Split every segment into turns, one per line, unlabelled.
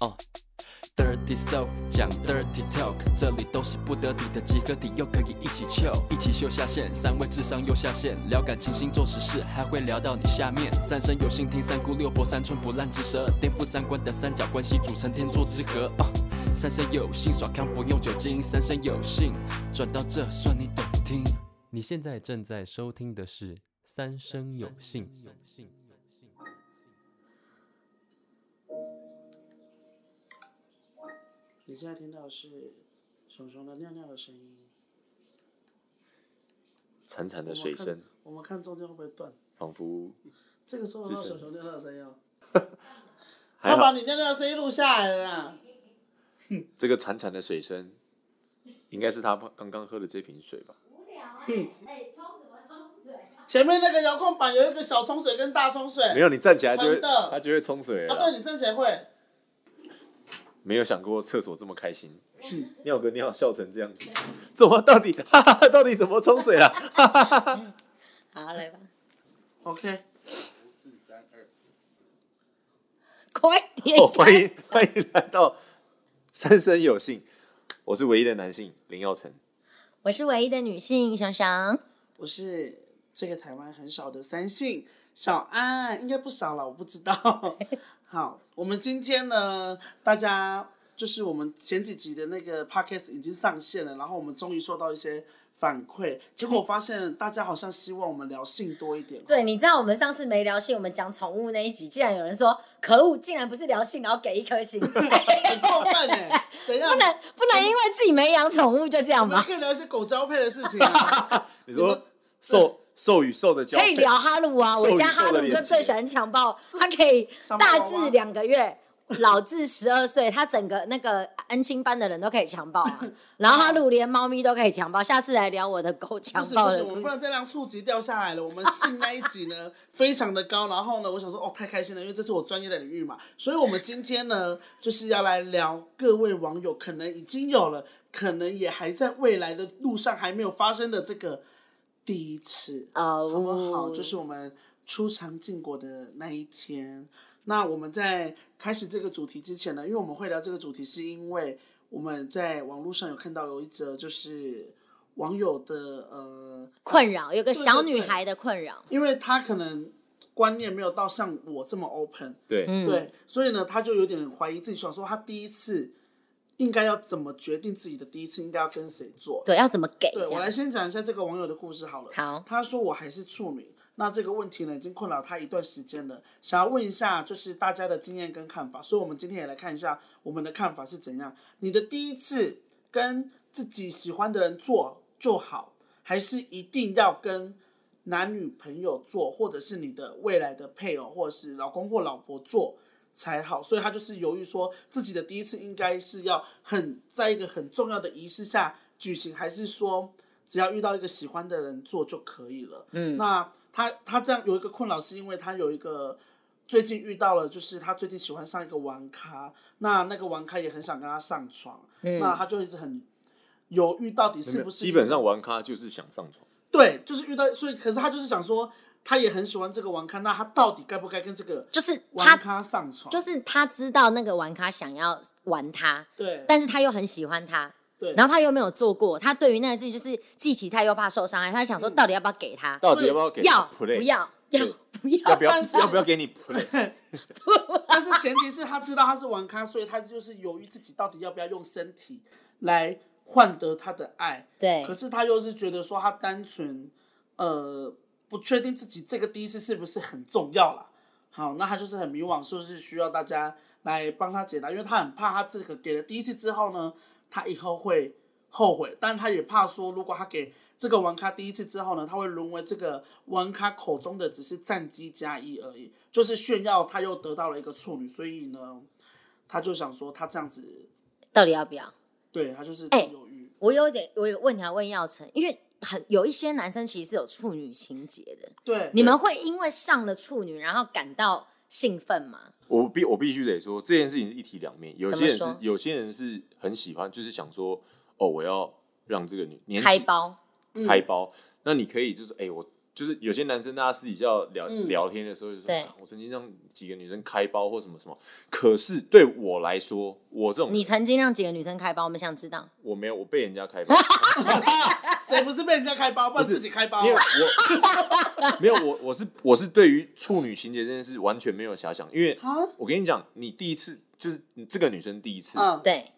哦、Dirty Soul 讲 Dirty Talk，这里都是不得体的集合体，又可以一起秀，一起秀下限，三位智商又下线，聊感情、星座、时事，还会聊到你下面。三生有幸听三姑六婆，三寸不烂之舌，颠覆三观的三角关系组成天作之合。哦、三生有幸耍康不用酒精，三生有幸转到这算你懂听。你现在正在收听的是《三生有幸》。
你现在听到的是熊熊的尿尿的声音。
潺潺的
我
水
们看
声，，
我们看中间会不会断？
仿佛
这个时候有没有
是
熊熊尿尿的声音哦。
还
他把
好。
你尿尿的声音录下来了啦。
这个潺潺的水声，应该是他刚刚喝的这瓶水吧？
无聊啊！哎，冲什么冲水啊？
前面那个遥控板有一个小冲水跟大冲水。
没有，你站起来就会
真的，
他就会冲水了
啊，
啦。
对你站起来会。
没有想过厕所这么开心，尿个尿笑成这样子，怎么到底哈哈哈到底怎么冲水啊了？
好，来吧，
OK，
快点
哦，欢迎欢迎来到三生有幸，我是唯一的男性林耀成。
我是唯一的女性，想想
我是这个台湾很少的三姓小安，应该不少了，我不知道。 好，我们今天呢，大家就是我们前几集的那个 podcast 已经上线了，然后我们终于收到一些反馈，结果我发现大家好像希望我们聊性多一点。
对，你知道我们上次没聊性，我们讲宠物那一集，竟然有人说可恶，竟然不是聊性，然后给一 颗星，
很过分 哎、怎样
不？能不能因为自己没养宠物就这
我
样
们
吧？
可以聊一些狗交配的事情啊。
你
你们
说兽兽与兽的交
可以
配，
聊哈鲁啊，
受
我
理
家哈
受的
鲁就
连
最
接
喜欢 强暴，他可以
啊
大至两个月，老至十二岁，他整个那个安亲班的人都可以强 暴啊。然后哈鲁连猫咪都可以强暴，下次来聊我的狗强
不是
暴
不
的
是，我
故
们不能
事。
再让触及掉下来了。我们性那一集呢，非常的高。然后呢，我想说，哦，太开心了，因为这是我专业的领域嘛。所以我们今天呢，就是要来聊各位网友可能已经有了，可能也还在未来的路上还没有发生的这个第一次，
呃，
好不好？就是我们出尝禁果的那一天。那我们在开始这个主题之前呢，因为我们会聊这个主题，是因为我们在网络上有看到有一则就是网友的呃。
困扰，有个
对
小
对
女
对
孩的困扰。
因为他可能观念没有到像我这么 open，、
对，
嗯，
对，所以呢，他就有点怀疑自己，想说他第一次应该要怎么决定自己的第一次应该要跟谁做。
对，要怎么给？
对
这
我
样
来先讲一下这个网友的故事好了。
好
他说我还是处女，那这个问题呢已经困扰他一段时间了，想要问一下就是大家的经验跟看法，所以我们今天也来看一下我们的看法是怎样。你的第一次跟自己喜欢的人做就好，还是一定要跟男女朋友做，或者是你的未来的配偶，或者是老公或老婆做？才好，所以他就是犹豫说自己的第一次应该是要很在一个很重要的仪式下举行，还是说只要遇到一个喜欢的人做就可以了？嗯，那他他这样有一个困扰，是因为他有一个最近遇到了，就是他最近喜欢上一个玩咖，那那个玩咖也很想跟他上床，
嗯
那他就一直很犹豫到底
没
是
有
不是
基本上玩咖就是想上床，
对，就是遇到，所以可是他就是想说他也很喜欢这个玩咖，那他到底该不该跟这个
就是
玩
她，
咖上床？
就是她知道那个玩咖想要玩她，
对，
但是她又很喜欢他，
对
然后她又没有做过，她对于那个事情就是既期待又怕受伤害，她想
嗯
说到底要不要给他？
到底要不要给
要
play？
不要？要
对
不要？
要不要
但是
要不要给你 play？
但是前提是他知道他是玩咖，所以他就是犹豫自己到底要不要用身体来换得他的爱。
对
可是他又是觉得说他单纯，呃，不确定自己这个第一次是不是很重要啦。好，那他就是很迷惘，就是需要大家来帮他解答，因为他很怕他这个给了第一次之后呢，他以后会后悔，但他也怕说，如果他给这个玩咖第一次之后呢，他会沦为这个玩咖口中的只是战绩加一而已，就是炫耀他又得到了一个处女，所以呢，他就想说他这样子，
到底要不要？
对他就是
哎
占有欲，
我有点，我有问题要问耀成，因为很有一些男生其实是有处女情节的，
对，
你们会因为上了处女然后感到兴奋吗？
我必我必须得说，这件事情是一体两面。有
怎
些
么
人是
说
有些人是很喜欢，就是想说，哦，我要让这个女年纪
开包，
开包，那你可以就是，哎、我就是有些男生大家私底下聊、
嗯
聊天的时候就说，
对
啊我曾经让几个女生开包或什么什么，可是对我来说，我这种
你曾经让几个女生开包，我们想知道。
我没有，我被人家 开包，
谁不是被人家开包，不
不
然
是
自己开包啊
因为我 没有我我是我是对于处女情节这件事完全没有遐想，因为
啊？
我跟你讲，你第一次就是这个女生第一次，
嗯，
对，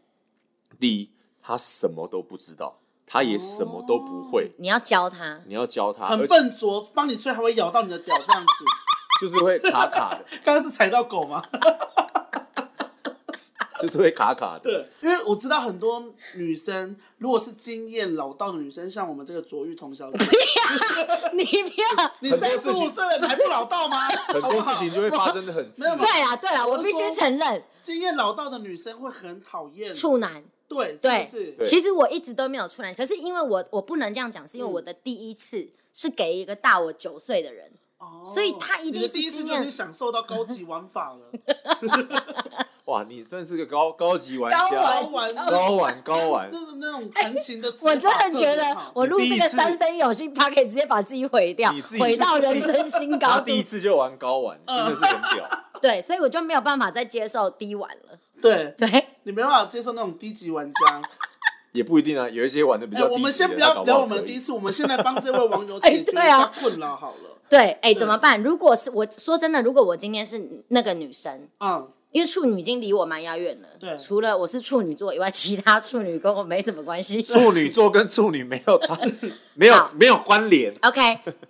第一她什么都不知道，她也什么都不会，
你要教她。
你要教她，而
哦很
且
笨拙，帮你吹还会咬到你的屌这样 子。
就是会卡卡的，
刚刚是踩到狗吗？
就是会卡卡 的，
对，因为我知道很多女生，如果是经验老道的女生，像我们这个卓玉童小姐，
你不要。
你
很多
三
事
十
情
五岁了你还不老道吗？
很多事情就会发生的很自
没有
对啊，对啊，
我
我
是
必须
说
承认，
经验老道的女生会很讨厌，
处男。
对，
对
是不是？
对
其实我一直都没有处男，可是因为我我不能这样讲，是因为
嗯
我的第一次是给一个大我九岁的人，
哦
所以她一定
你的第一
是
次
经
就已经
验
享受到高级玩法 了，
哇，你算是个高高级玩
高
家，
高玩
高玩高玩
就，是那种弹琴的指法
我真的
特别
觉得
好
我录
你第
这
一
个
次
三生 有幸 p a 直接把自己毁掉
你自，己
毁到人生新高
他
度
第。一次就玩高玩，真的是很屌。
嗯
对，所以我就没有办法再接受低玩了。
对
对，
你没办法接受那种低级玩家。
也不一定啊，有一些玩的比
哎、
较低级的、
我们先不
他
要
搞
聊
好
我们的
可以
第一次，我们现在帮这位 网友
哎
解决一
对啊
下困扰好了。
对，哎、怎么办？如果是我说真的，如果我今天是那个女生，
嗯，
因为处女已经离我蛮遥远了，
对
除了我是处女座以外，其他处女跟我没什么关系。
处女座跟处女没有差，没有
好
没有关联。
OK，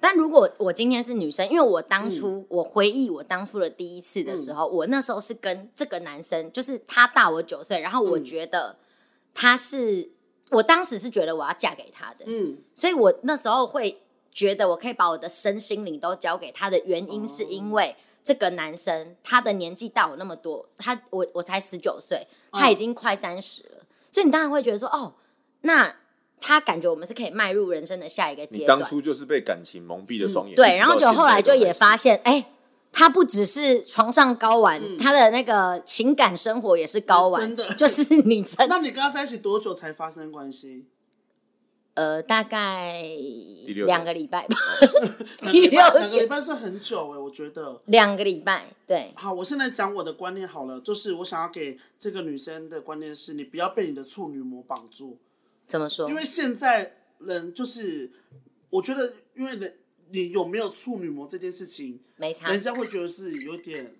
但 如果我今天是女生，因为我当初、我回忆我当初的第一次的时候，我那时候是跟这个男生，就是他大我九岁，然后我觉得他是，我当时是觉得我要嫁给他的，
嗯，
所以我那时候会觉得我可以把我的身心灵都交给他的原
哦
因，是因为这个男生他的年纪大我那么多，他我我才十九岁，他
嗯
已经快三十了，所以你当然会觉得说，哦，那他感觉我们是可以迈入人生的下一个
你
阶段
当。初就是被感情蒙蔽了双眼，一
对，
直
然后
到
就
现
后来
在
就
都还
也
是
发现，哎、他不只是床上高玩，
嗯
他的那个情感生活也是高玩，
真的
就是你
哎
真
那你跟他在一起多久才发生关 系？
呃，大概
六天哦
两个礼拜吧，第
两个礼拜两个
六
礼
天
拜算很久哎、我觉得。
两个礼拜，对，
好，我现在讲我的观念好了，就是我想要给这个女生的观念是，你不要被你的处女膜绑住，
怎么说
嗯
因？为现在人就是，我觉得因为人你有没有处女膜这件事情，
没差，
人家会觉得是有点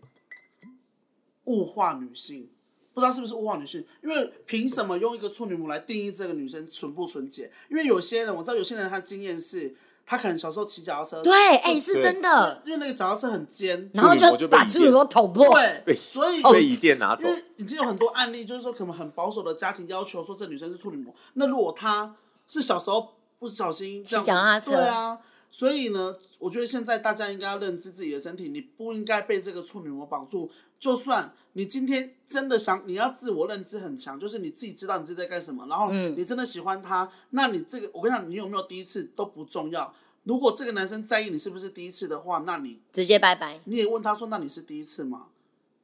物化女性，不知道是不是物化女性，因为凭什么用一个处女膜来定义这个女生纯不纯洁？因为有些人我知道，有些人他经验是，他可能小时候骑脚踏车，
对，哎、是
对
真的，
因为那个脚踏车很尖，
然后
处女膜就被
把
一
处
遍
女膜捅破，
对，
被
所以
被椅垫拿走
因。为已经有很多案例，就是说可能很保守的家庭要求说这女生是处女膜，那如果她是小时候不小心这样子
骑脚踏车
对啊，所以呢，我觉得现在大家应该要认知自己的身体，你不应该被这个处女膜绑住。就算你今天真的想，你要自我认知很强，就是你自己知道你自己在干什么，然后你真的喜欢他，那你这个我跟你讲，你有没有第一次都不重要。如果这个男生在意你是不是第一次的话，那你
直接拜拜。
你也问他说：“那你是第一次吗？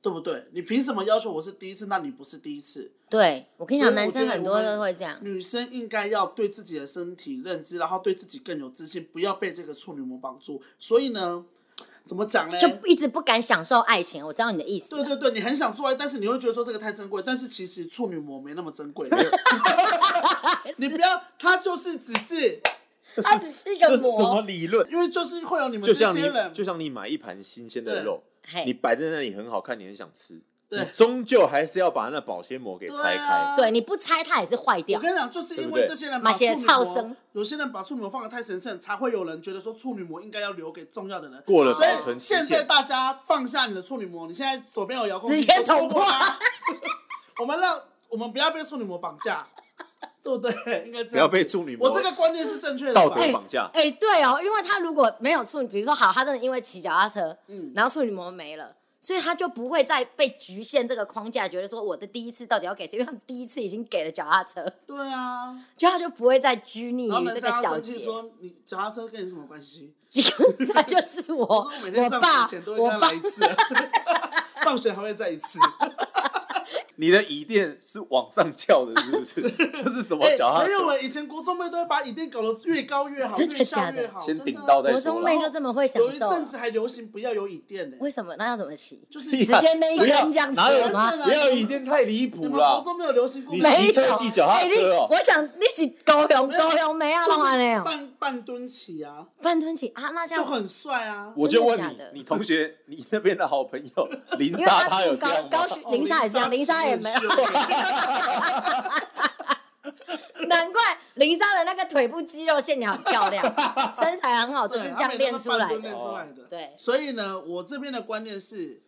对不对？你凭什么要求我是第一次？那你不是第一次。
对我跟你讲，
所以
男
我觉嗯
生
得
很
我
多
们
都会这样，
女生应该要对自己的身体认知，然后对自己更有自信，不要被这个处女膜绑住。所以呢，怎么讲呢？
就一直不敢享受爱情。我知道你的意思
对
了，
对对，你很想做爱，但是你会觉得说这个太珍贵，但是其实处女膜没那么珍贵。 你不要，它就是只是
它只是一
这
个
是什么
膜，
理论？
因为就是会有你们
就
这
像
些
你
人，
就像你买一盘新鲜的
对
肉，
嘿
你摆在那里很好看，你很想吃，你
对
终究还是要把那保鲜膜给拆
对
开
啊。
对，你不拆它也是坏掉
我。跟你讲，就是因
对不
为
对
这些人把
马
处
歇
女
操
膜
生，
有些人把处女膜放得太神圣，才会有人觉得说处女膜应该要留给重要的人。
过了
所
保存
以
期
现在
限，
大家放下你的处女膜，你现在手边有遥控器，
直接
就戳
捅破
它 我们让我们不要被处女膜绑架，对不 对？应该这样子
不要被处女膜
我这个观念是正确的吧
道德绑架。
哎、对哦，因为他如果没有处女，比如说好，他真的因为骑脚踏车，
嗯
然后处女膜没了，所以他就不会再被局限这个框架，觉得说我的第一次到底要给谁？因为他第一次已经给了脚踏车，
对啊。
就他就不会再拘泥
然后
于
男
这
生
个
要
小
生
节
气。说：“你脚踏车跟你什么关系？
他就是我，
我说我每天
我
上
爸
学前都，会
我
跟他
爸
来一次，放学还会再一次。
你的椅垫是往上翘的，是不是？这是什么
哎，
脚踏
没有
车？
哎，以前国中妹都会把椅垫搞得越高越好，
真的
越下
假的
越好，
先
真
顶
的
到再
国
说
中
啦。
妹就这么会享
有一
受
阵
啊，
子还流行不要有椅垫呢，
为什么？那要怎么骑？
就是
屁
直
呀
接那一
不要
根这样子
哪有
什么
真的
不要椅垫太离
你
谱
们
了
国。中没有流行过
你
吗
没
骑
有，
特技脚踏车哦
哎你我想你是高雄
没有
高雄没啊，
就
弄完
是
了，
半半蹲起啊，
半蹲起啊，那这
就
样
很帅啊。
我就问
真的
你
假的，
你同学， 你那边的好朋 友林
因为
莎，
他
有
住
这
高
样
高
吗？
哦
雄，林莎也这样，林莎也没有，啊难怪林莎的那个腿部肌肉线条很 漂亮，身材很好，就是
对，
这样练出来的。哦
练出来的。
对
所以呢，我这边的观念是，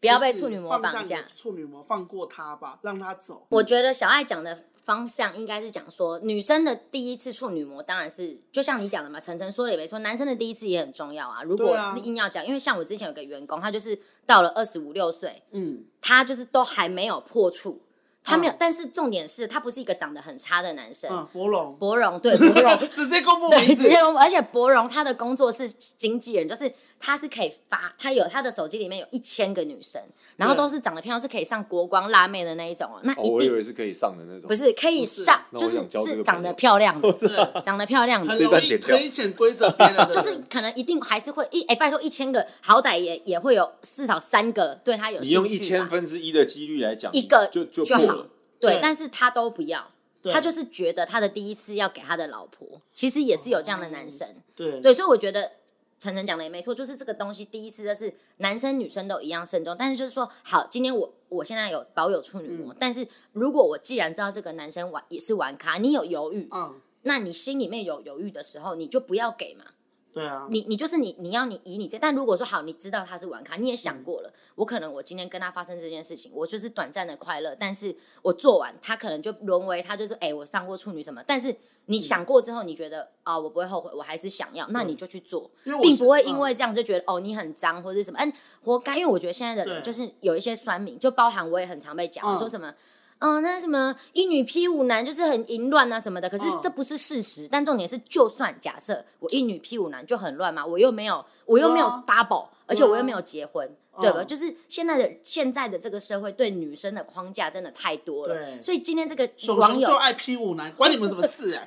不要被
就是
处女膜
放
绑
下你的
架
处女膜放过他吧，让他走。
我觉得小爱讲的方向应该是讲说，女生的第一次处女膜当然是就像你讲的嘛，晨晨说的也没错，男生的第一次也很重要啊。如
对
果
啊
硬要讲，因为像我之前有个员工，他就是到了二十五六岁，
嗯，
他就是都还没有破处，他没有，
嗯
但是重点是他不是一个长得很差的男生，
嗯，博龙，。
博荣对博荣
直接公布
对，
名字
直接。用而且博荣他的工作是经纪人，就是他是可以发，他有他的手机里面有一千个女生，然后
对
都是长得漂亮，是可以上国光辣妹的那一种哦。那
哦
一
我以
定
为是可以上的那种
不。是可以
不是
上，
那我
就
想
是
交这
是
个
长
朋
得
友
漂 亮的，
对
长得漂亮
很
的，
这
容
段
易
剪掉
可以潜规则别人的人，
就是可能一定还是会一哎、拜托一千个，好歹也也会有至少三个对他有
你
兴
用
趣
一千
吧。
分之一的几率来讲，
一个
就就
就
破
好
了。
对
对，
但是他都不要，
对
他就是觉得他的第一次要给他的老婆，其实也是有这样的男生。
对
对，所以我觉得晨晨讲的也没错，就是这个东西，第一次就是男生女生都一样慎重，但是就是说，好，今天我我现在有保有处女
嗯
膜，但是如果我既然知道这个男生玩也是玩咖，你有犹豫，
嗯，
那你心里面有犹豫的时候，你就不要给嘛。
对啊，
你你就是你，你要你以你这，但如果说好，你知道他是玩咖，你也想过了，
嗯
我可能我今天跟他发生这件事情，我就是短暂的快乐，但是我做完，他可能就沦为他就是哎、我上过处女什么，但是你想过之后，你觉得啊、我不会后悔，我还是想要，那你就去做，
嗯因为我
并
是
不会因为这样就觉得、哦你很脏或者是什么，哎，活该，因为我觉得现在的人
对
就是有一些酸民，就包含我也很常被讲、
嗯
说什么。嗯，那什么一女劈五男就是很淫乱啊什么的，可是
嗯
这不是事实。但重点是，就算假设我一女劈五男就很乱嘛，我又没有，我又没有
对啊
double，、而且我又没有结婚，
嗯
对吧？就是现在的现在的这个社会对女生的框架真的太多了，
对
所以今天这个
熊
网
熊
友
就爱 P 五男，管你们什么事 啊？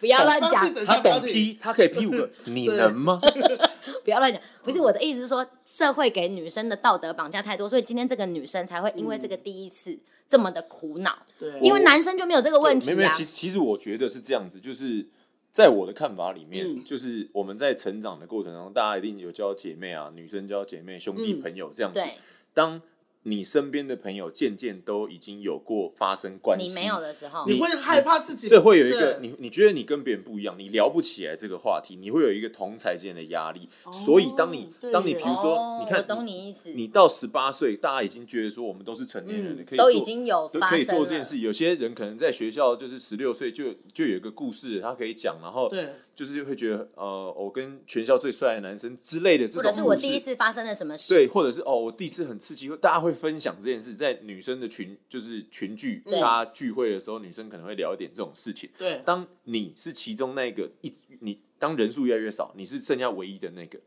不要乱
帮
讲
记，者
他
下标
懂
题
P，他可以 P 五 个，你
对
能吗？
不要乱讲，不是我的意思是说，社会给女生的道德绑架太多，所以今天这个女生才会因为这个第一次这么的苦恼，
对，
因为男生就没有这个问题
没有没有，
啊
其。实其实我觉得是这样子，就是在我的看法里面，
嗯
就是我们在成长的过程中，大家一定有交姐妹啊，女生交姐妹、兄弟
嗯
朋友这样子。
对
当你身边的朋友渐渐都已经有过发生关系，
你没有的时候，
你会害怕自己，
这会有一个
对
你，你觉得你跟别人不一样，你聊不起来这个话题，你会有一个同才间的压力。所以当你
哦对
当你
耶
比如说，
哦
你看
我懂你意思，
你到十八岁，大家已经觉得说我们都是成年人了，可以
都
做
已经有
都
发
可以
生
做
了
这件事。有些人可能在学校就是十六岁就就有一个故事，他可以讲，然后
对
就是会觉得呃，我跟全校最帅的男生之类的这
或
种
者
故
是
事，
我第一次发生了什么事，
对，或者是哦，我第一次很刺激，大家会分享这件事，在女生的群就是群聚，
对
大家聚会的时候，女生可能会聊一点这种事情。
对
当你是其中那个一，你当人数越来越少，你是剩下唯一的那个，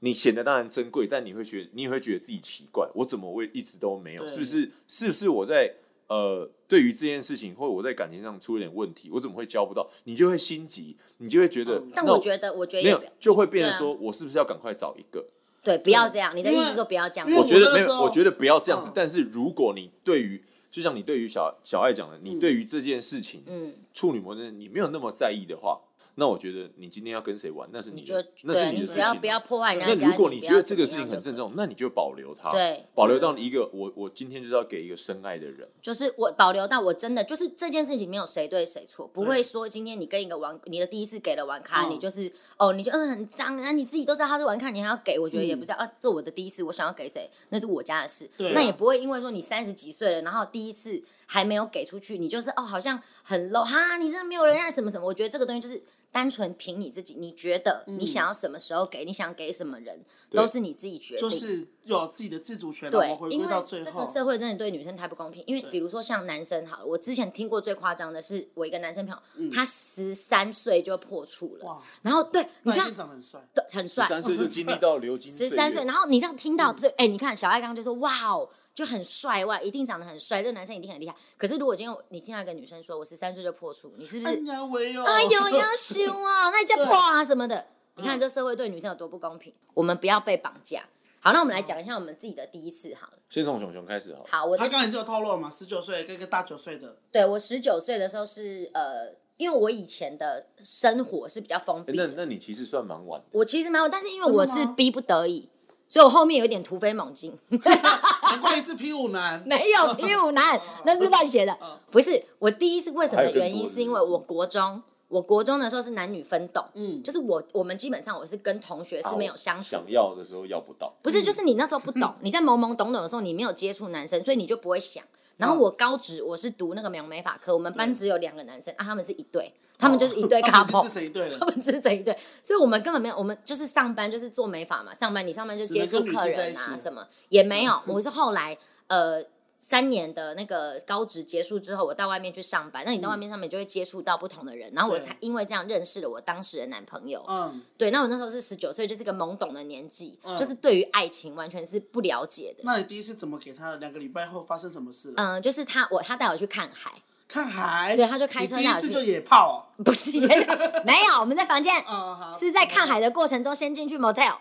你显得当然珍贵，但你会觉得你也会觉得自己奇怪，我怎么会一直都没有？
对
是不是？是不是我在呃对于这件事情，或者我在感情上出了点问题，我怎么会交不到？你就会心急，你就会觉得，
嗯
但
那
我觉得，我觉得
没
也
有
不要，
就会变成
对啊
说我是不是要赶快找一个？
对，不要这样。你的意思是说不要这样
因为
啊我觉得
我那
没
时
有，
候
我觉得不要这样子。
嗯
但是如果你对于，就像你对于小小爱讲的，你对于这件事情，
嗯，
处女膜的你没有那么在意的话，那我觉对你今天要跟谁玩，那是
你
你
就
的，那是
对
的
你
事
只
情
要
啊。
不要破坏人家
那
的家庭，
如果你
不
觉
要
得这个
怎
事
么
情
样
很
就
郑
可以
重，那你就保留它，
对，
保留到一个我我今天就是要给一个深爱的人，
就是我保留到我真的就是这件事情没有谁对谁错，不会说今天你跟一个玩你的第一次给了玩咖，
嗯
你就是哦你就嗯很脏，然后你自己都知道他是玩咖，你还要给，我觉得也不知道、啊，这我的第一次，我想要给谁那是我家的事，
嗯对啊
那也不会因为说你三十几岁了，然后第一次还没有给出去，你就是哦好像很 low 哈，你真的没有人爱什么什么，我觉得这个东西就是单纯
嗯
凭你自己，你觉得你想要什么时候给，你想给什么人
对
都是你自己决定，
就是有自己的自主权了，我
对
们，回
因
归
为
到最
这
后
个，社会真的对女生太不公平。因为
对
比如说像男生好了，我之前听过最夸张的是，我一个男生朋友，他十三岁就破处了
嗯哇，
然后对你
那
这
一
样
定长得很帅，
对很
十
帅，
三岁就经历到流金岁
十
月，
三岁，然后你这样听到，
嗯
对，哎、你看小爱刚刚就说哇哦，就很帅哇，一定长得很帅，这个男生一定很厉害。可是如果今天你听到一个女生说我十三岁就破处，你是不
哎
是？
呀喂哟，
嗯哎呦，要羞啊，那你叫
对
破啊什么的。你
嗯
看这社会对女生有多不公平，我们不要被绑架。好，那我们来讲一下我们自己的第一次好了。
先从熊熊开始好了，
好，我
他
的
刚才就有透露了嘛，十九岁跟一个大九岁的，
对我十九岁的时候是呃，因为我以前的生活是比较封
哎
闭
那
的，
那你其实算蛮晚的，
我其实蛮有，但是因为
真的
我
吗
是逼不得已，所以我后面有点突飞猛进。
难怪是 P 五男，
没 有 P 五男，那是乱写的
嗯。
不是，我第一次为什么
还有更多
原因
是不
是
是
因为我国中，我国中的时候是男女分斗，
嗯
就是我我们基本上我是跟同学
哦
是没有相处
想要的时候要不到，
不是，
嗯
就是你那时候不懂，你在懵懵懂懂的时候，你没有接触男生，所以你就不会想。
嗯
然后我高职我是读那个美容美发科，我们班只有两个男生啊，他们是一对， 他们就是一对
哦 他们已经
couple，
自成一对
他
了，
们只整一对，所以我们根本没有，我们就是上班就是做美发嘛，上班你上班就接触客
只能跟女生
人
在一
啊
起嗯
什么也没有，我是后来呃。三年的那个高职结束之后，我到外面去上班。那你到外面上面就会接触到不同的人，然后
嗯
我
对
才因为这样认识了我当时的男朋友。
嗯，
对，那我那时候是十九岁，就是个懵懂的年纪，
嗯
就是对于爱情完全是不了解的。
那你第一次怎么给他的？两个礼拜后发生什么事了？
嗯、就是他我他带我去看海，
看海，
对他就开车
你第一
带我
次
去
就野炮
不是 没有，我们在房间、
哦，啊好，
是在看海的过程中先进去 motel，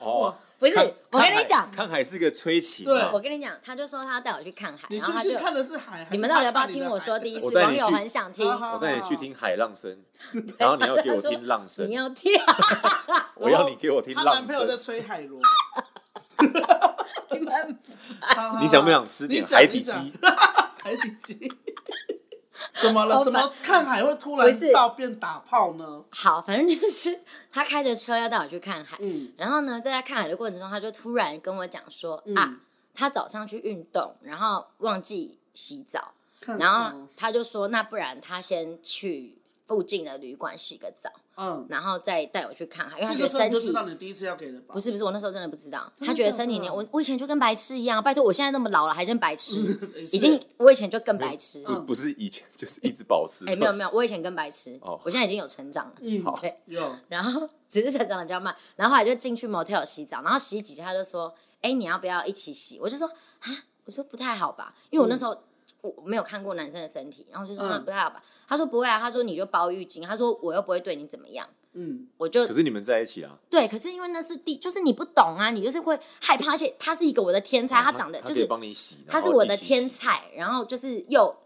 哦，
不是
看
我跟你
看海
讲
看海是个催情
对
啊，
我跟你讲，他就说他要带我去看海，
你
然
出
后他
去
就
看的是海，还是
你们到底要不要
他看你的
听我
海
说 第一
我
次？
带你
网友
去
很想听，
好好
我带你去
哦
听海浪声，然后你要给我听浪声
你，要听，
我要你给我听
她
浪
男朋友在
声，
吹海螺，
你们
哈哈
你想不想吃点
你讲
海底
你
鸡？
讲海底鸡？怎么了？
好
怎么
烦
看海会突
不
然
是
到变打炮呢？
好，反正就是他开着车要带我去看海，
嗯
然后呢，在他看海的过程中，他就突然跟我讲说、
嗯
啊，他早上去运动，然后忘记洗澡，
看
然后
哦
他就说，那不然他先去附近的旅馆洗个澡，
嗯，
然后再带我去看海，因为他
这
觉
个
得
时候
身
你就知
体
道你第一次要给的吧？
不是不是，我那时候真的不知道，
真的
他觉得
假
身体
的，
年，我我以前就跟白痴一样，拜托，我现在那么老了还真白痴
也 是
嗯
嗯
已经我以前就更白痴，
不不是以前就是一直保持，
哎、没有没有，我以前更白痴，
哦
我现在已经有成长了，
嗯，
好
对。
有
然后只是成长的比较慢，然后后来就进去 motel 洗澡，然后洗几天他就说：“哎，你要不要一起洗？”我就说：“啊，我说不太好吧，因为
嗯
我那时候、我没有看过男生的身体，然后我就说、
嗯
啊不太好吧。”他说：“不会啊，他说你就包浴巾，他说我又不会对你怎么样。”
嗯，
我就
可是你们在一起啊，
对，可是因为那是第，就是你不懂啊，你就是会害怕，而且他是一个我的天才，他长得
哦他
就
可以
是
帮你洗，
他
然
是
后
我
一
的
起
天
洗，
才，然后就是又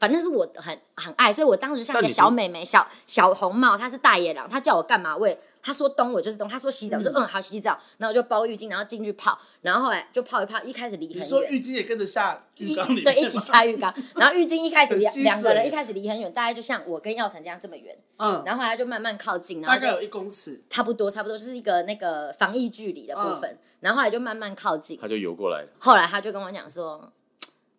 反正是我很很爱，所以我当时像
那
一个
你
小
不
美眉，小小红帽，她是大野狼，她叫我干嘛我也她说东我就是东，她说洗澡我说嗯好洗澡，然后我就包浴巾，然后进去泡，然后后来就泡一泡，一开始离
你
很
说
远。
浴巾也跟着下浴
一
缸里面吗，
对一起下浴 缸，然后浴巾一开始
很
两
吸
两个人
水
一开始离很远，大概就像我跟耀成这样这么远，
嗯，
然后后来就慢慢靠近，然后
大
就
概有一公尺，
差不多差不多就是一个那个防疫距离的部
嗯
分，然后后来就慢慢靠近，
他就游过来了，
后来他就跟我讲说，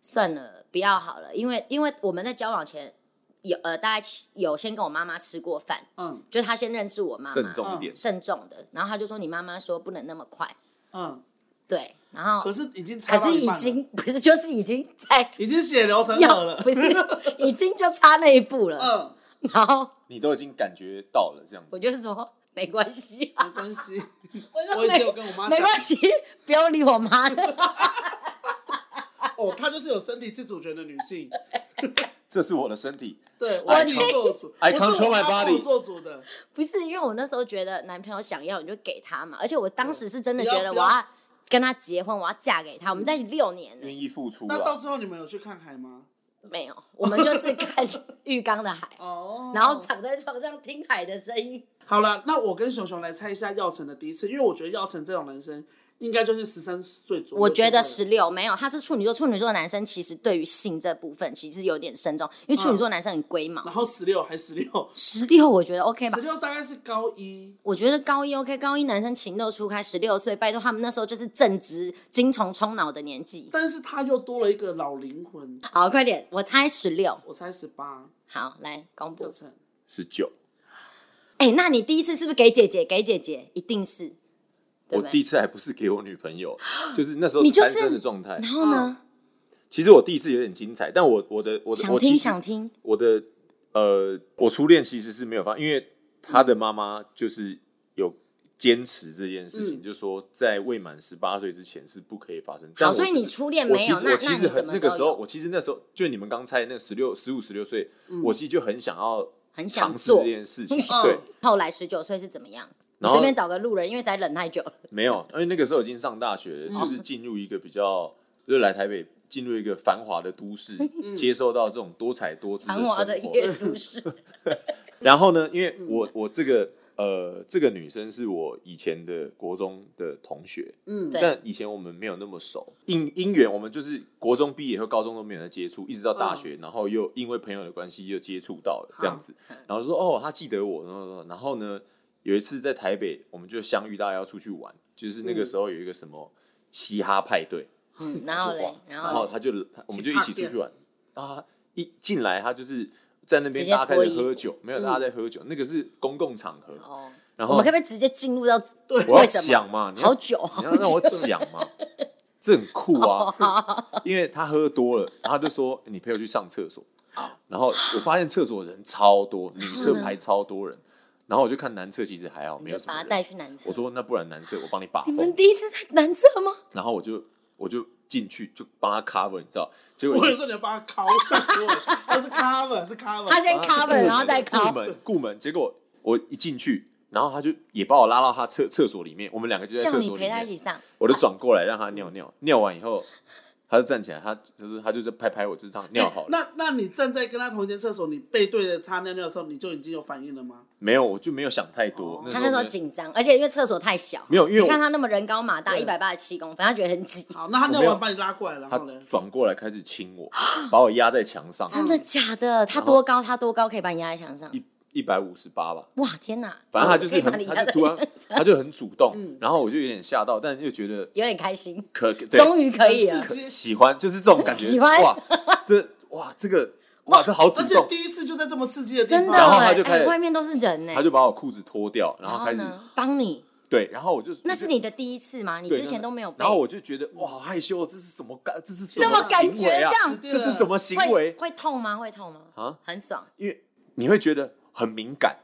算了，不要好了，因为因为我们在交往前有呃，大概有先跟我妈妈吃过饭，
嗯
就是他先认识我妈妈，嗯
慎重一点，
慎重的，然后他就说你妈妈说不能那么快，
嗯，
对，然后
可是已经
哦可
插到
是
一
已
半了
经不是就是已经在
已经血流成河
要
了，
不是 已经就差那一步了，
嗯，
然后
你都已经感觉到了这样
我
子，
就说没关系、
没关系，
我说
我也
没
只有跟我妈
没
讲，
关系，不用理我妈的。
哦，她就是有身体自主权的女 性，
这是我的身体，
对
我
我自己做主，
I
我是我
control my
妈帮我
body
做主的，
不是，因为我那时候觉得男朋友想要，你就给他嘛。而且我当时是真的
对
觉得
不
我
要嗯
要跟他结婚，我要嫁给他。我们在一起六年了，
愿意付出
那到
啊，
最后你们有去看海吗？
没有，我们 就是看浴缸的海，
哦，
然后躺在床上听海的声 音。
好了，那我跟熊熊来猜一下耀成的第一次，因为我觉得耀成这种男生应该就是十三岁左右，
我觉得十，六没有，他是处女座，处女座的男生其实对于性这部分其实有点慎重，因为处女座
嗯
的男生很龟毛
然。后十六还十六，
十六我觉得 OK 吧
十，六大概是高一，
我觉得高一 OK，高一男生情窦初开，十六岁，拜托他们那时候就是正值精虫充脑的年纪。
但是他又多了一个老灵魂，
好，快点，我猜十六。
我猜十八，
好，来公布
耀。成
十九，
哎、那你第一次是不是给姐姐？给姐姐，一定是对
我
不
第一
对？
次还不是给我女朋友，就是那时候
你就
单
是
身的状态。
然后呢？
其实我第一次有点精彩，但我我的我的
想
啊我其
听
实
想听，
我的呃，我初恋其实是没有发，因为他的妈妈就是有坚持这件事情，
嗯
就说在未满十八岁之前是不可以发生。但
好，
我
所以
不
你
是
初恋
我
没
其
有？
实
那
我其
那
实
你什
很
么
那个时
时
候，
候有
我其实那时候就你们刚猜那十六、十五、十六岁，我其实就很想要
嗯很想
尝试
做
这？件 事情。
嗯
对，
后来十九岁是怎么样？你
然后
随便找个路人，因为实在忍太久 了。
没有，因为那个时候已经上大学了，
嗯
就是进入一个比较，就是来台北进入一个繁华的都市，接受到这种多彩多姿
嗯繁
生
华
活。
的夜都 市，
然后呢，因为我我这个呃这个女生是我以前的国中的同学，
嗯，
对
但以前我们没有那么熟，因因缘我们就是国中毕业和高中都没有在接触，一直到大学，然后又因为朋友的关系又接触到了这样子，然后就说哦，他记得我，然后然后呢，有一次在台北我们就相遇，大家要出去玩，就是那个时候有一个什么嘻哈派对，
嗯然后嘞
哇，
然
然
后
后
嘞
他就他我们就一起出去玩啊！一进来他就是在那
直
边
接
大家开
脱
始
衣服
喝酒，没有大家在喝酒，那个是公共场合。
哦，
然
我
后
们可不可以直接进入到
我
为
要
什么？
讲嘛，你要
好久哦
你要让我讲 嘛，这很酷啊！因为他喝多了，然后他就说你陪我去上厕所。然后我发现厕所人超多，女厕排超多人，然后我就看男厕其实还好，
嗯你
没有
就
什
把
么
他带
人。
去男厕。
我说那不然男厕我帮你把
你
风
们，第一次在男厕吗？
然后我就我就进去就帮他 cover，你知道？结果
我
就
有时候你要把它敲下去， 他是 cover 是 cover，
他先
啊
cover，然后再
顾
cover，
门顾门，结果我一进去，然后他就也把我拉到他厕厕所里面，我们两个就在
这
厕所
样
里
你陪他
面，
一起上。
我就转过来让他尿 尿，尿完以后，他就站起来，他就是他就是拍拍我，就是这样尿好了，
那那你站在跟他同一间厕所，你背对着他尿尿的时候，你就已经有反应了吗？
没有，我就没有想太多，
哦他那时
没
候
有
紧张，而且因为厕所太小，
没有因为我
你看他那么人高马大，
对
一百八十七公分，他觉得很挤。
好，那他尿
我没有
完把你拉过来，然
他
后呢？
转过来开始亲我， 把我压在墙上，
真的假的？他多高？他多高可以把你压在墙上？
嗯一一百五十八吧，
哇，天哪！
反正他就
可
是
以把你
很，
压
他
在
就突
墙
然
上，嗯
他就很主动，然后我就有点吓到，但又觉得
有点开心，
可 对
终于可以啊了
很刺。激
喜欢，就是这种感觉，
喜欢
哇，这哇这 个哇这好主
而且
动，
第一次就在这么刺激的地
真的
方，啊
欸，
然后他就开始
哎外面都是人呢、
他就把我裤子脱掉，然
然
后
后
开始
呢，帮你，
对，然后我就
那是你的第一次吗？你
对
之前都没有被，
然后我就觉得哇，好害羞，这是什么感？这是什
这么感
行为啊
觉这样？
对
这是什么行
会
为？
会痛吗？会痛吗？
啊
很爽，
因为你会觉得很敏感，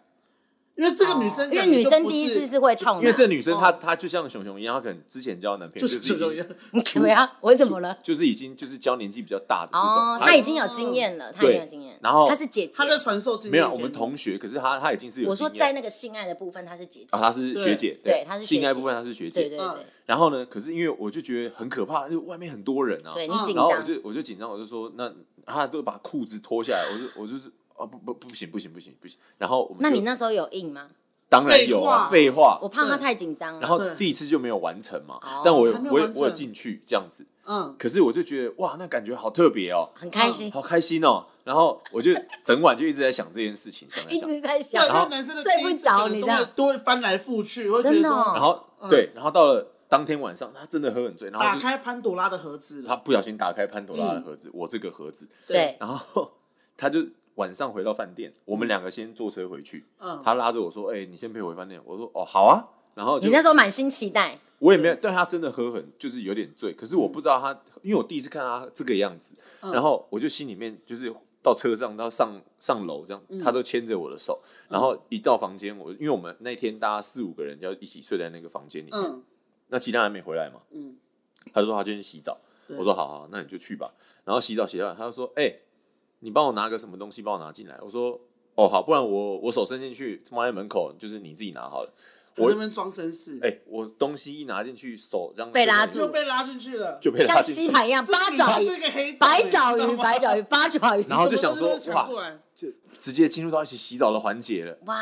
因为这个女生，
哦因为女生第一次是会痛
因为这
的。
女生她她就像熊熊一样，她可能之前交男朋友
就是
是
这
已
种样
经，
你 怎么样？我怎么了？
就是已经就是交年纪比较大的这
哦
种，，
她已经有经验了，她已经有经验。
然后
她是姐姐
她，在传授经验
没
给你，
有我们同学，可是她她已经是有
我说
经验
在那个性爱的部分，她是姐姐
啊，。她是
对
学姐，
对她是学姐
性爱部分她是学姐，
对对对
嗯
然后呢，可是因为我就觉得很可怕，就外面很多人啊，
对，你
嗯
紧
然后
张
我，就我就紧张，我就说那他都把裤子脱下来，我就我就是啊不不不行不行不行不行，然后我们
那
就
你那时候有硬吗？
当然有啊，废
废
话
我，怕她
对
太紧张
然
了。
后
对
第一次就没有完成嘛
哦，
但我有
还没有
我有
完成
我有进去这样子，
嗯，
可是我就觉得哇，那感觉好特别哦，
很开心，
好开心哦，然后我就整晚就一直在想这件事情，想在
一
想。
直在想
对，因
然
为
后
男生的
睡
第一
不
次
着
可能
你
都
知
会
道
都会翻来覆去，会觉
真
得
的哦
说
然后对，然后到了当天晚上，他真的喝很醉，然后
打
就
开潘朵拉的盒子
他
了，
不小心打开潘多拉的盒子，我这个盒子，
对，
然后 他就晚上回到饭店，我们两个先坐车回去。
嗯
他拉着我说：“哎、你先陪我回饭店。”我说：“哦，好啊。”然后就
你那时候满心期待，
我也没有，但他真的喝很就是有点醉，可是我不知道他，因为我第一次看他这个样子，
嗯
然后我就心里面就是到车上到上上楼这样，
嗯
他都牵着我的手，然后一到房间，我因为我们那天大家四五个人要一起睡在那个房间里面，
嗯，
那其他人还没回来嘛，
嗯
他就说他今天洗澡，
对
我说好好，那你就去吧。然后洗澡洗到一半，他就说，哎、你帮我拿个什么东西，帮我拿进来。我说，哦好，不然我我手伸进去放在门口，就是你自己拿好了。
我
我
那边装绅士，
哎、我东西一拿进去，手这样
被拉住
又被拉进去了，
就被
像
拉进
吸
去，
盘一样，
这
八
女
爪
生
鱼
是一个黑洞
八爪
你知道
鱼，
吗
八爪鱼，八爪鱼。
然后就想
什么
说
东西都
哇
抢过来，
就直接进入到一起洗澡的环节了。哇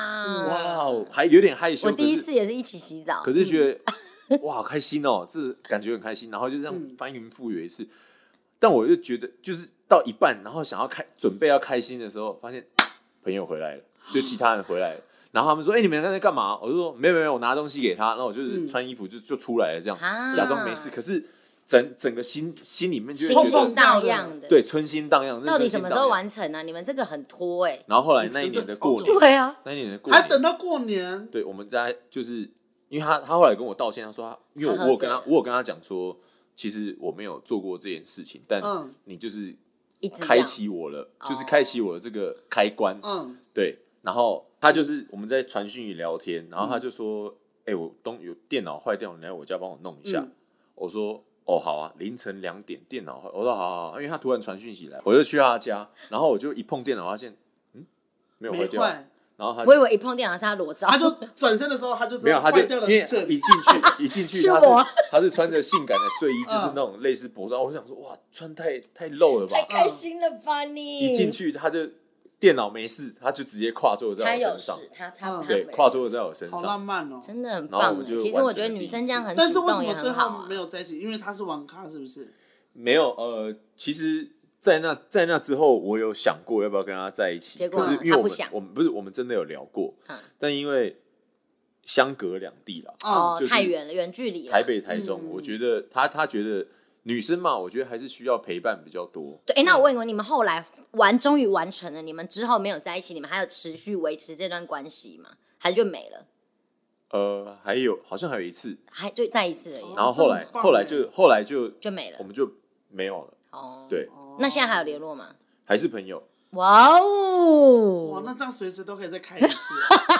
哇，
哦，还有点害羞。
嗯我第一
可是
次也是一起洗澡
可，是觉得、
嗯
哇，好开心哦，这感觉很开心，然后就这样翻云覆雨一次。但我就觉得，就是到一半，然后想要开准备要开心的时候，发现朋友回来了，就其他人回 来了。然后他们说：“哎、你们刚才干嘛？”我就说：“没有没有，我拿东西给他。”然后我就是穿衣服就、就出来了，这样、
嗯啊
假装没事。可是整整个心心里面就会
心
觉
情
得，
荡漾的。
对，春心荡漾。
到底什么时候
玩？
完成啊？你们这个很拖哎。
然后后来那一年的过
真的超
年，
对啊，
那一年的过
还等
年，
到过年，
对，我们在就是因因为他他后来跟我道歉，他说他因为
他
我
喝
我有跟
醉
他
了
我有跟他讲说，其实我没有做过这件事情，但
嗯
你就是
一直这
开
样
启我了，
哦
就是开启我的这个开关，
嗯，
对，然后他就是我们在传讯里聊天，然后他就说：“哎、我东有电脑坏掉，你来我家帮我弄一下。
嗯
我说：“哦，好啊，凌晨两点电脑坏。”我说：“好好好，因为他突然传讯息来，我就去他家，然后我就一碰电脑，发现嗯没有
没
坏掉，
坏，
然后他
我以为一碰电脑是他裸照，
他就转身的时候他就知
没有，
道
他就
坏掉
因
了
为
是这
一
里，
进去一进去，
是
他是
我
他是穿着性感的睡衣，就是
嗯
那种类似薄纱。我想说，哇，穿太太露了吧
太？开心了吧你？
一进去他就电脑没事，他就直接跨坐在
他
我
有
身
事
上，，
他他
嗯
他
对，
没
跨坐在我身
好
上
浪。漫哦。
真的很
然后
棒
我
欸。
就
其实
完
我
成
觉得
了
女
第一
生
次
这样很
但
主
是为什
动也
么最
很好
后
啊
没。有在一起？因为他是网咖，是不是？
没有，呃，其实，在那在那之后，我有想过要不要跟他在一起，
结果
可是
呢
因为我
他不
们
想
我们不是我们真的有聊过，
嗯
但因为相隔两地啦，
哦
哦啊
就，是
太远了，远距离了。
台北、台中，
嗯
我觉得他他觉得女生嘛，我觉得还是需要陪伴比较多。
对，哎，那我问过你们后来完终于完成了，你们之后没有在一起，你们还有持续维持这段关系吗？还是就没了？
呃，还有好像还有一次，
还就再一次而已
哦，
然后后来
这很棒
后来
欸
就后来就
就没了
我。们就没有了，
哦，，
对，
那现在还有联络吗？
还是朋友。
哇
嗯哇，
哦，
那这样随时都可以再开一 次。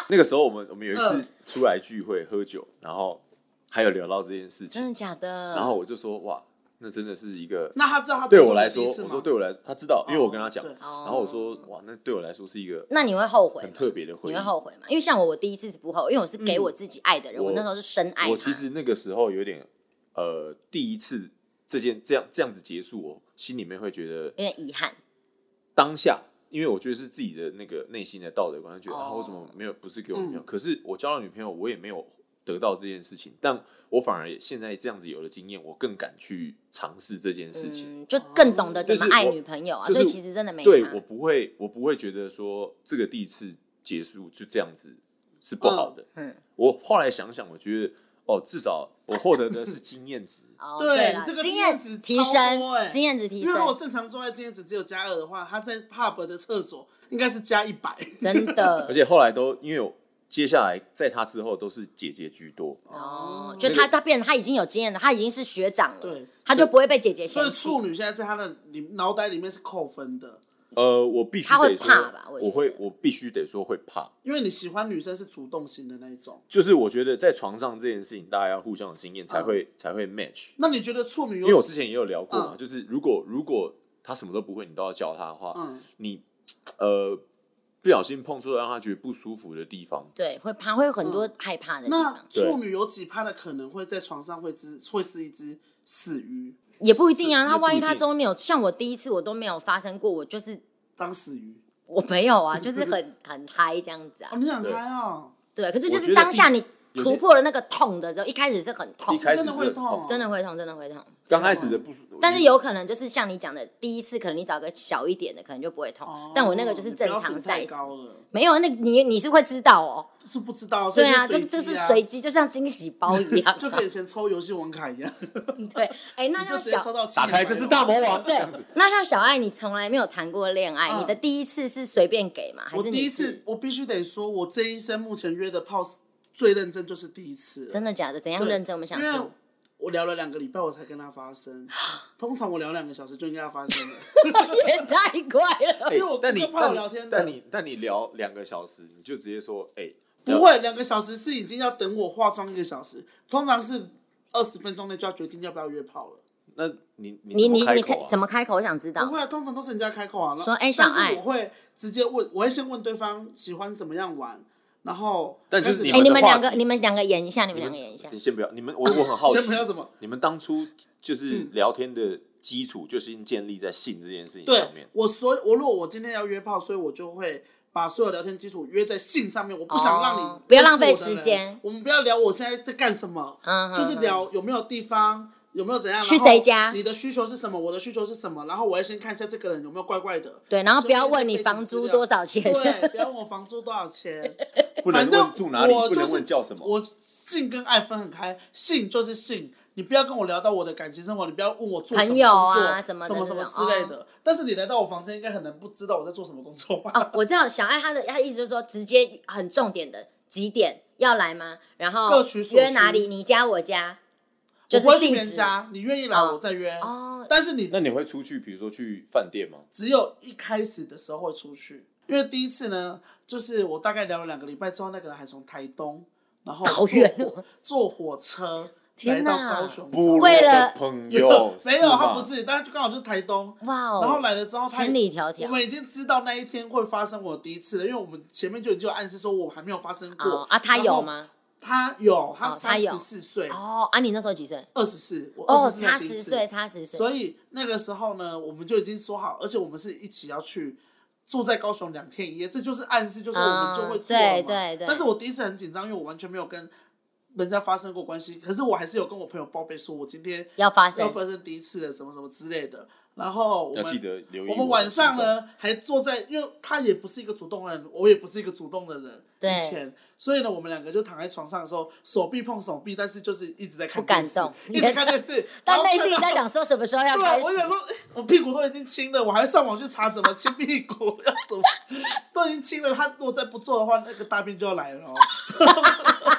那个时候我们我们有一次
嗯
出来聚会喝酒，然后还有聊到这件事情
真，的假的？
然后我就说哇，那真的是一个
那他知道他
对
多
我
做了
来说，
第一次
我
吗哦
说对我来，他知道，因为我跟他讲，
对哦
然后我说哇，那对我来说是一个
哦那你会后悔吗？
很特别的回忆
你会。后悔吗？因为像我，我第一次是不后悔，因为我是给我自己爱的人，
我
我那时候是深爱他。
我其实那个时候有点呃，第一次这件这样这样子结束，我心里面会觉得
有点遗憾，
当下，因为我觉得是自己的那个内心的道德观，觉得、
哦嗯
啊，为什么没有不是给我女朋友？可是我交了女朋友，我也没有得到这件事情，但我反而也现在这样子有了经验，我更敢去尝试这件事情。
嗯，就更懂得怎么
就是
爱
我
女朋友啊。
就是
所以其实真的没差。
对我不会，我不会觉得说这个第一次结束就这样子是不好的。
嗯，
我后来想想，我觉得哦，至少我获得的是经验值。
哦，
对
对了，
这个
经
经验
验
值
提
超多欸
升，经验值提
因为如果
升，
正常做爱经验值只有加二的话，他在 pub 的厕所应该是加一百。
真 的
而。且后来都因为我接下来在他之后都是姐姐居多，
哦，就他他变得他已经有经验了，他已经是学长了，
对，
他就不会被姐姐
所以
嫌弃
处。女现在在他的里脑袋里面是扣分的，
呃，我必须
他会
得说
怕吧
我
我觉得
会我必须得说会怕。
因为你喜欢女生是主动型的那一种。
就是我觉得在床上这件事情，大家要互相有经验才会、才会 match。
那你觉得处女
因为
有
我之前也有聊过嘛，
嗯
就是如果如果他什么都不会，你都要教他的话，
嗯
你呃不小心碰触到让他觉得不舒服的地方，
对，会怕，会有很多害怕的地
那
方，
处女有几趴的可能会在床上会只会是一只死鱼，
也不一定啊。
是
他万一
也不一
他
定
中间没有，像我第一次我都没有发生过，我就是
当死鱼。
我没有啊，就是很很嗨这样子啊
哦，。你想
对
开哦，
对，可是
我
就
觉得
是当下你
有些
突破了那个痛的时候，一开始是很痛
一，开始
真的会
是
痛哦
真的会痛，真的会痛。
刚开始的不舒服，
嗯但是有可能就是像你讲的，第一次可能你找个小一点的，可能就不会痛。
哦
但我那个就是正
你标
常
准太
size，
高了，
没有那你你是会知道哦。
是不知道，所以
对啊，
就
就
随
这
机
是
啊。
随机，就像惊喜包一样啊
就跟以前抽游戏王卡一 样，
对，哎，那
你就
像
直接抽
小
到
打开这是大魔王，
对，那像小爱，你从来没有谈过恋爱，
嗯
你的第一次是随便给吗？还
我
是
第一
你
次
是，
我必须得说，我这一生目前约的炮最认真就是第一次了，
真的假的？怎样
对
认真？我们想
因为
听。
我聊了两个礼拜，我才跟他发 生。通常我聊两个小时就应该要发生了。
也太快了吧，
哎
因为我
但你
跟朋友聊天的
但你但你聊两个小时，你就直接说，哎、
啊
不会，两个小时是已经要等我化妆一个小时，通常是二十分钟内就要决定要不要约炮了。
那你
你
你
你你
开啊
开怎
么
么开口？我想知道
不。啊会啊，通常都是人家开口啊。
说哎小
但
爱
是我会直接问，我会先问对方喜欢怎么样玩，然后
但就
开
是
始
你
哎，
聊
你
的
们
话
两个，
题
你们两个演一下，你
开
们两个演一下
你。先不要，你们我我很好奇，
先不要什么？嗯
你们当初就是聊天的基础，就是先建立在性这件事情
对
上面，
我所我如果我今天要约炮，所以我就会把所有聊天基础约在性上面。我不想让你、
哦不要浪费时间，
我们不要聊我现在在干什么，
嗯哼
就是聊有没有地方。有没有怎样？
去
然后
谁家
你的需求是什么？我的需求是什么？然后我要先看一下这个人有没有怪怪的。
对然后不要问你
先看一下
房
资料
租多少钱
对，不要问我房租多少钱。
不能
哎反正
问住哪里，
我
不
就
能
是
问叫什么。
我性跟爱分很开，性就是性，你不要跟我聊到我的感情生活，你不要问我做什么
朋友
工
啊
作
什么的
什么
这
什
种哦
么之类的。但是你来到我房间，应该很难不
哦
知道我在做什么工作吧？
哦，我知道小爱她的她的意思就是说，直接很重点的几点要来吗？然后
各取所
约
需
哪里？你家我家，
我
就是
不会去
禁
别人
止
家，你愿意来
哦
我再约。
哦
但是你
那你会出去，比如说去饭店吗？
只有一开始的时候会出去，因为第一次呢，就是我大概聊了两个礼拜之后，那个人还从台东，然后
好
坐
远哦
火坐火车来
天
到
哪
高雄找
部
我，
落
为
的
了
朋友
有 没有？他不
吗
是，但就刚好就是台东。
哇哦！
然后来了之后，他
千里迢迢
我们已经知道那一天会发生我第一次了，因为我们前面就已经有暗示说我还没有发生过
哦啊，他有？吗？
然后他有，他
哦他
三
有
十四岁，
哦啊，你那时候几岁？
二十四，我
哦，
二十四
差十岁，差十岁。
所以那个时候呢，我们就已经说好，而且我们是一起要去住在高雄两天一夜，这就是暗示，就是我们就会做了嘛。
嗯对对对
但是我第一次很紧张，因为我完全没有跟人家发生过关系，可是我还是有跟我朋友报备说，我今天
要发生
要发生第一次了，什么什么之类的。然后我
要
们
记得留意
我
我
们
的
晚上
行踪
呢还坐在，因为他也不是一个主动的人，我也不是一个主动的人。
对
以前，所以呢，我们两个就躺在床上的时候，手臂碰手臂，但是就是一直在看
不敢
电视
动，
一直看电视
但
然后
内
看
心里
到
在想说什么时候 要
对
开
啊，
始
我？想说，诶我屁股都已经青了，我还上网去查怎么亲屁股，要怎么都已经青了，他如果再不做的话，那个大便就要来了 哦。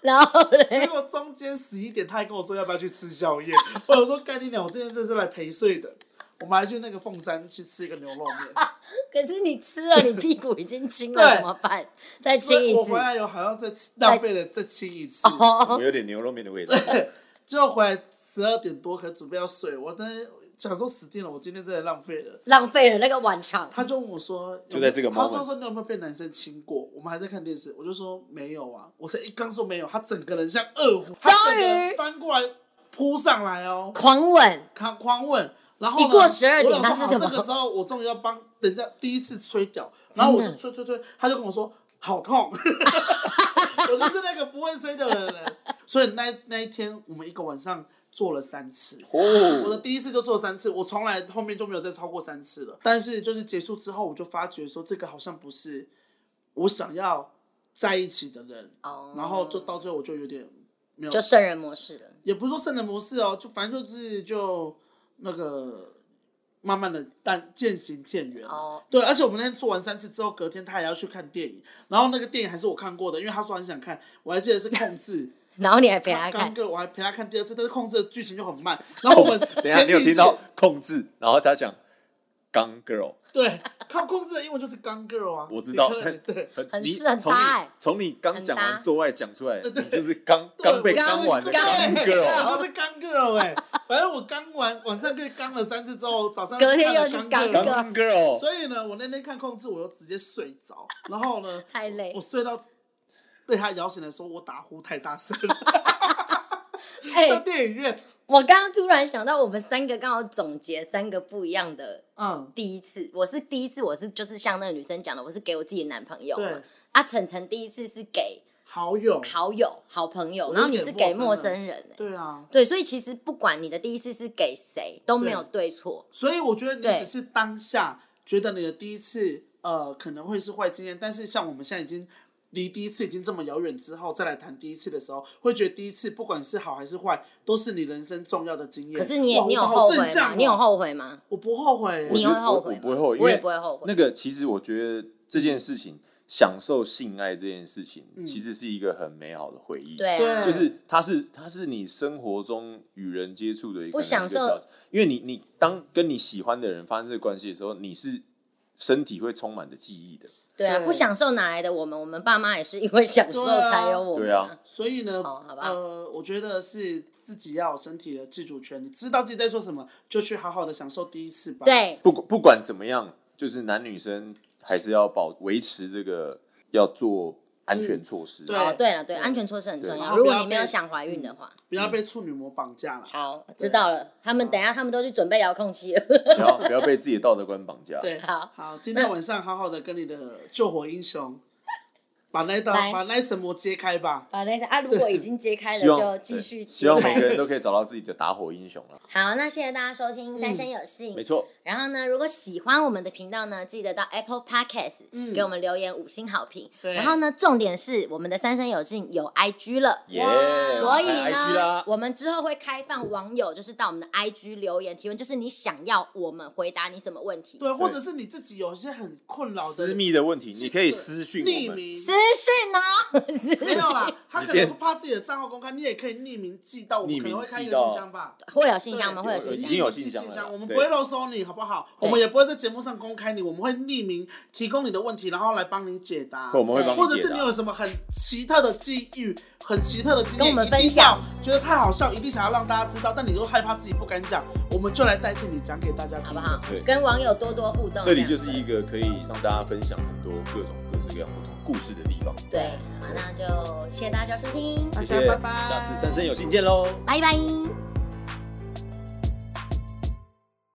然后
结
嘞，
果中间十一点，他还跟我说要不要去吃宵夜，我有说干你娘，我今天这是来陪睡的。我们还去那个凤山去吃一个牛肉面，
可是你吃了，你屁股已经青了，
对
怎么办？再
所
亲
以
一
我
次
回。来有好像再吃浪费了再亲一次，
我
哦，
们有点牛肉面的味道。
最后回来十二点多，可能准备要睡，我真的想说死定了，我今天真的浪费了。
浪费了那个晚场。
他就问我说，
就在这个
他
moment
说说你有没有被男生亲过？我们还在看电视，我就说没有啊。我才一刚说没有，他整个人像饿虎，他整个人翻过来扑上来哦，
狂吻，
他狂吻。然后呢
一过12点
我想说
他是什么
好这个时候我终于要帮人家第一次吹屌，然后我就吹吹吹，他就跟我说好痛。 我就是那个不会吹屌的人，所以那那一天我们一个晚上做了三次。 我
哦，
的第一次就做三次，我从来后面就没有再超过三次了。但是就是结束之后，我就发觉说这个好像不是我想要在一起的人，
哦
然后就到最后我就有点没有
就，圣人模式了。
也不是说圣人模式哦，就反正就是就那个慢慢的但渐行渐远啊。
哦
对，而且我们那天做完三次之后，隔天他也要去看电影，然后那个电影还是我看过的，因为他说很想看，我还记得是《控制》。
然后你还 陪
他
他
刚
看，
哥，我还陪他看第二次，但是控制的剧情就很慢。然后我们
等一下
前
你有
提
听
是
到控制，然后他讲 gun girl，
对，他控制的英文就是钢 girl 啊，
我知道
你看对，
很
你
是很
从
搭
你
欸
从你刚讲
很搭
完做爱讲出来，你就是刚刚被
对
刚完的
刚
刚 girl。
我就是钢 girl 哎、反正我刚完晚上被刚了三次之后，早上
隔天
看
又
了
去
钢 girl，
刚 girl
刚 girl，
所以呢，我那天看控制，我又直接睡着，然后呢，
太累
我睡到被他摇醒来说我打呼太大声了，
哎、
在 电影院，
我刚刚突然想到，我们三个刚好总结三个不一样的
嗯，
第一次。我是第一次，我是就是像那个女生讲的，我是给我自己的男朋友嘛。
对，
啊，晨晨第一次是给
好友，
好友、好朋友，
我是
然后你是给
给
陌
陌
生
生
人、欸，
对啊，
对，所以其实不管你的第一次是给谁都没有对错，
所以我觉得你
对
只是当下觉得你的第一次呃可能会是坏经验，但是像我们现在已经离第一次已经这么遥远之后，再来谈第一次的时候，会觉得第一次不管是好还是坏，都是你人生重要的经验。
可是你也
哇
你有
我
后
好正
悔
向
吗？
哦
你有？后悔吗？
我不后悔
我
你
觉
耶。
会
得
后
我
悔吗
我不会后悔，
我也
因为
不会后悔
那个其实我觉得这件事情，享受性爱这件事情，其实是一个很美好的回忆。
对啊，
嗯对
就是它是它是你生活中与人接触的一个
不享
可
受
能一个标准，因为你你当跟你喜欢的人发生这个关系的时候，你是身体会充满着记忆的，
对啊，
对
不享受哪来的我们？我们爸妈也是因为享受
对啊
才有我们、
对啊，
所以呢，
哦好吧
呃，我觉得是自己要有身体的自主权，你知道自己在做什么，就去好好的享受第一次吧。，
对，
不管不管怎么样，就是男女生还是要保维持这个要做安全措施。
嗯对
哦，对了，对，
对
安全措施很重
对然
要。
后
如果
不要
你没有
被嗯
想怀孕的话，
不要被处女膜绑架了。
好，知道了。他
嗯
们等一下，他们都去准备遥控器了。
不要不要被自己的道德观绑架。
对，
好
好，今天晚上好好的跟你的救火英雄，把那道
来
把那神魔揭开吧。
把那些啊，如果已经揭开了，
希望
就继
对
续
希望
揭
每
开
个人都可以找到自己的打火英雄 了。
好，那谢谢大家收
嗯
听《三生有幸》
没。错，
然后呢，如果喜欢我们的频道呢，记得到 Apple Podcast、
嗯
给我们留言五星好评。
对
然后呢，重点是我们的《三生有幸》有 IG 了。
耶！
所以
还有 IG
呢
啦，，
我们之后会开放网友，就是到我们的 IG 留言提问，就是你想要我们回答你什么问题。
对，或者是你自己有一些很困扰的
私密的问题，
是
你可以私讯
匿
我们。
名
私讯哦，私
没
讯
有啦，他可能会怕自己的账号公开，你也可以匿名寄到，我们可能会开一个信箱吧。
会有信箱吗？
对
会
有
有信
已
箱
经。有
匿名
信
寄
箱
信
了
箱，我们不
对
会漏收你，好不好？我
对
们也不会在节目上公开你，我们会匿名提供你的问题，然后来帮你解答。
我们会帮
或
你
者
解
是你
答。
有什么很奇特的际遇、很奇特的经验，
跟我们
一定
分享
要，觉得太好笑，一定想要让大家知道，但你又害怕自己不敢讲，我们就来代替你讲给大家听，
好不好
对？
跟网友多多互动。
这里就是
样
一个可以让大家分享很多各种各式各样不同故事的地方。
对，好，那就谢谢大家收听，
大
谢
家
谢，
拜拜，
下次三生有幸见喽。
拜拜。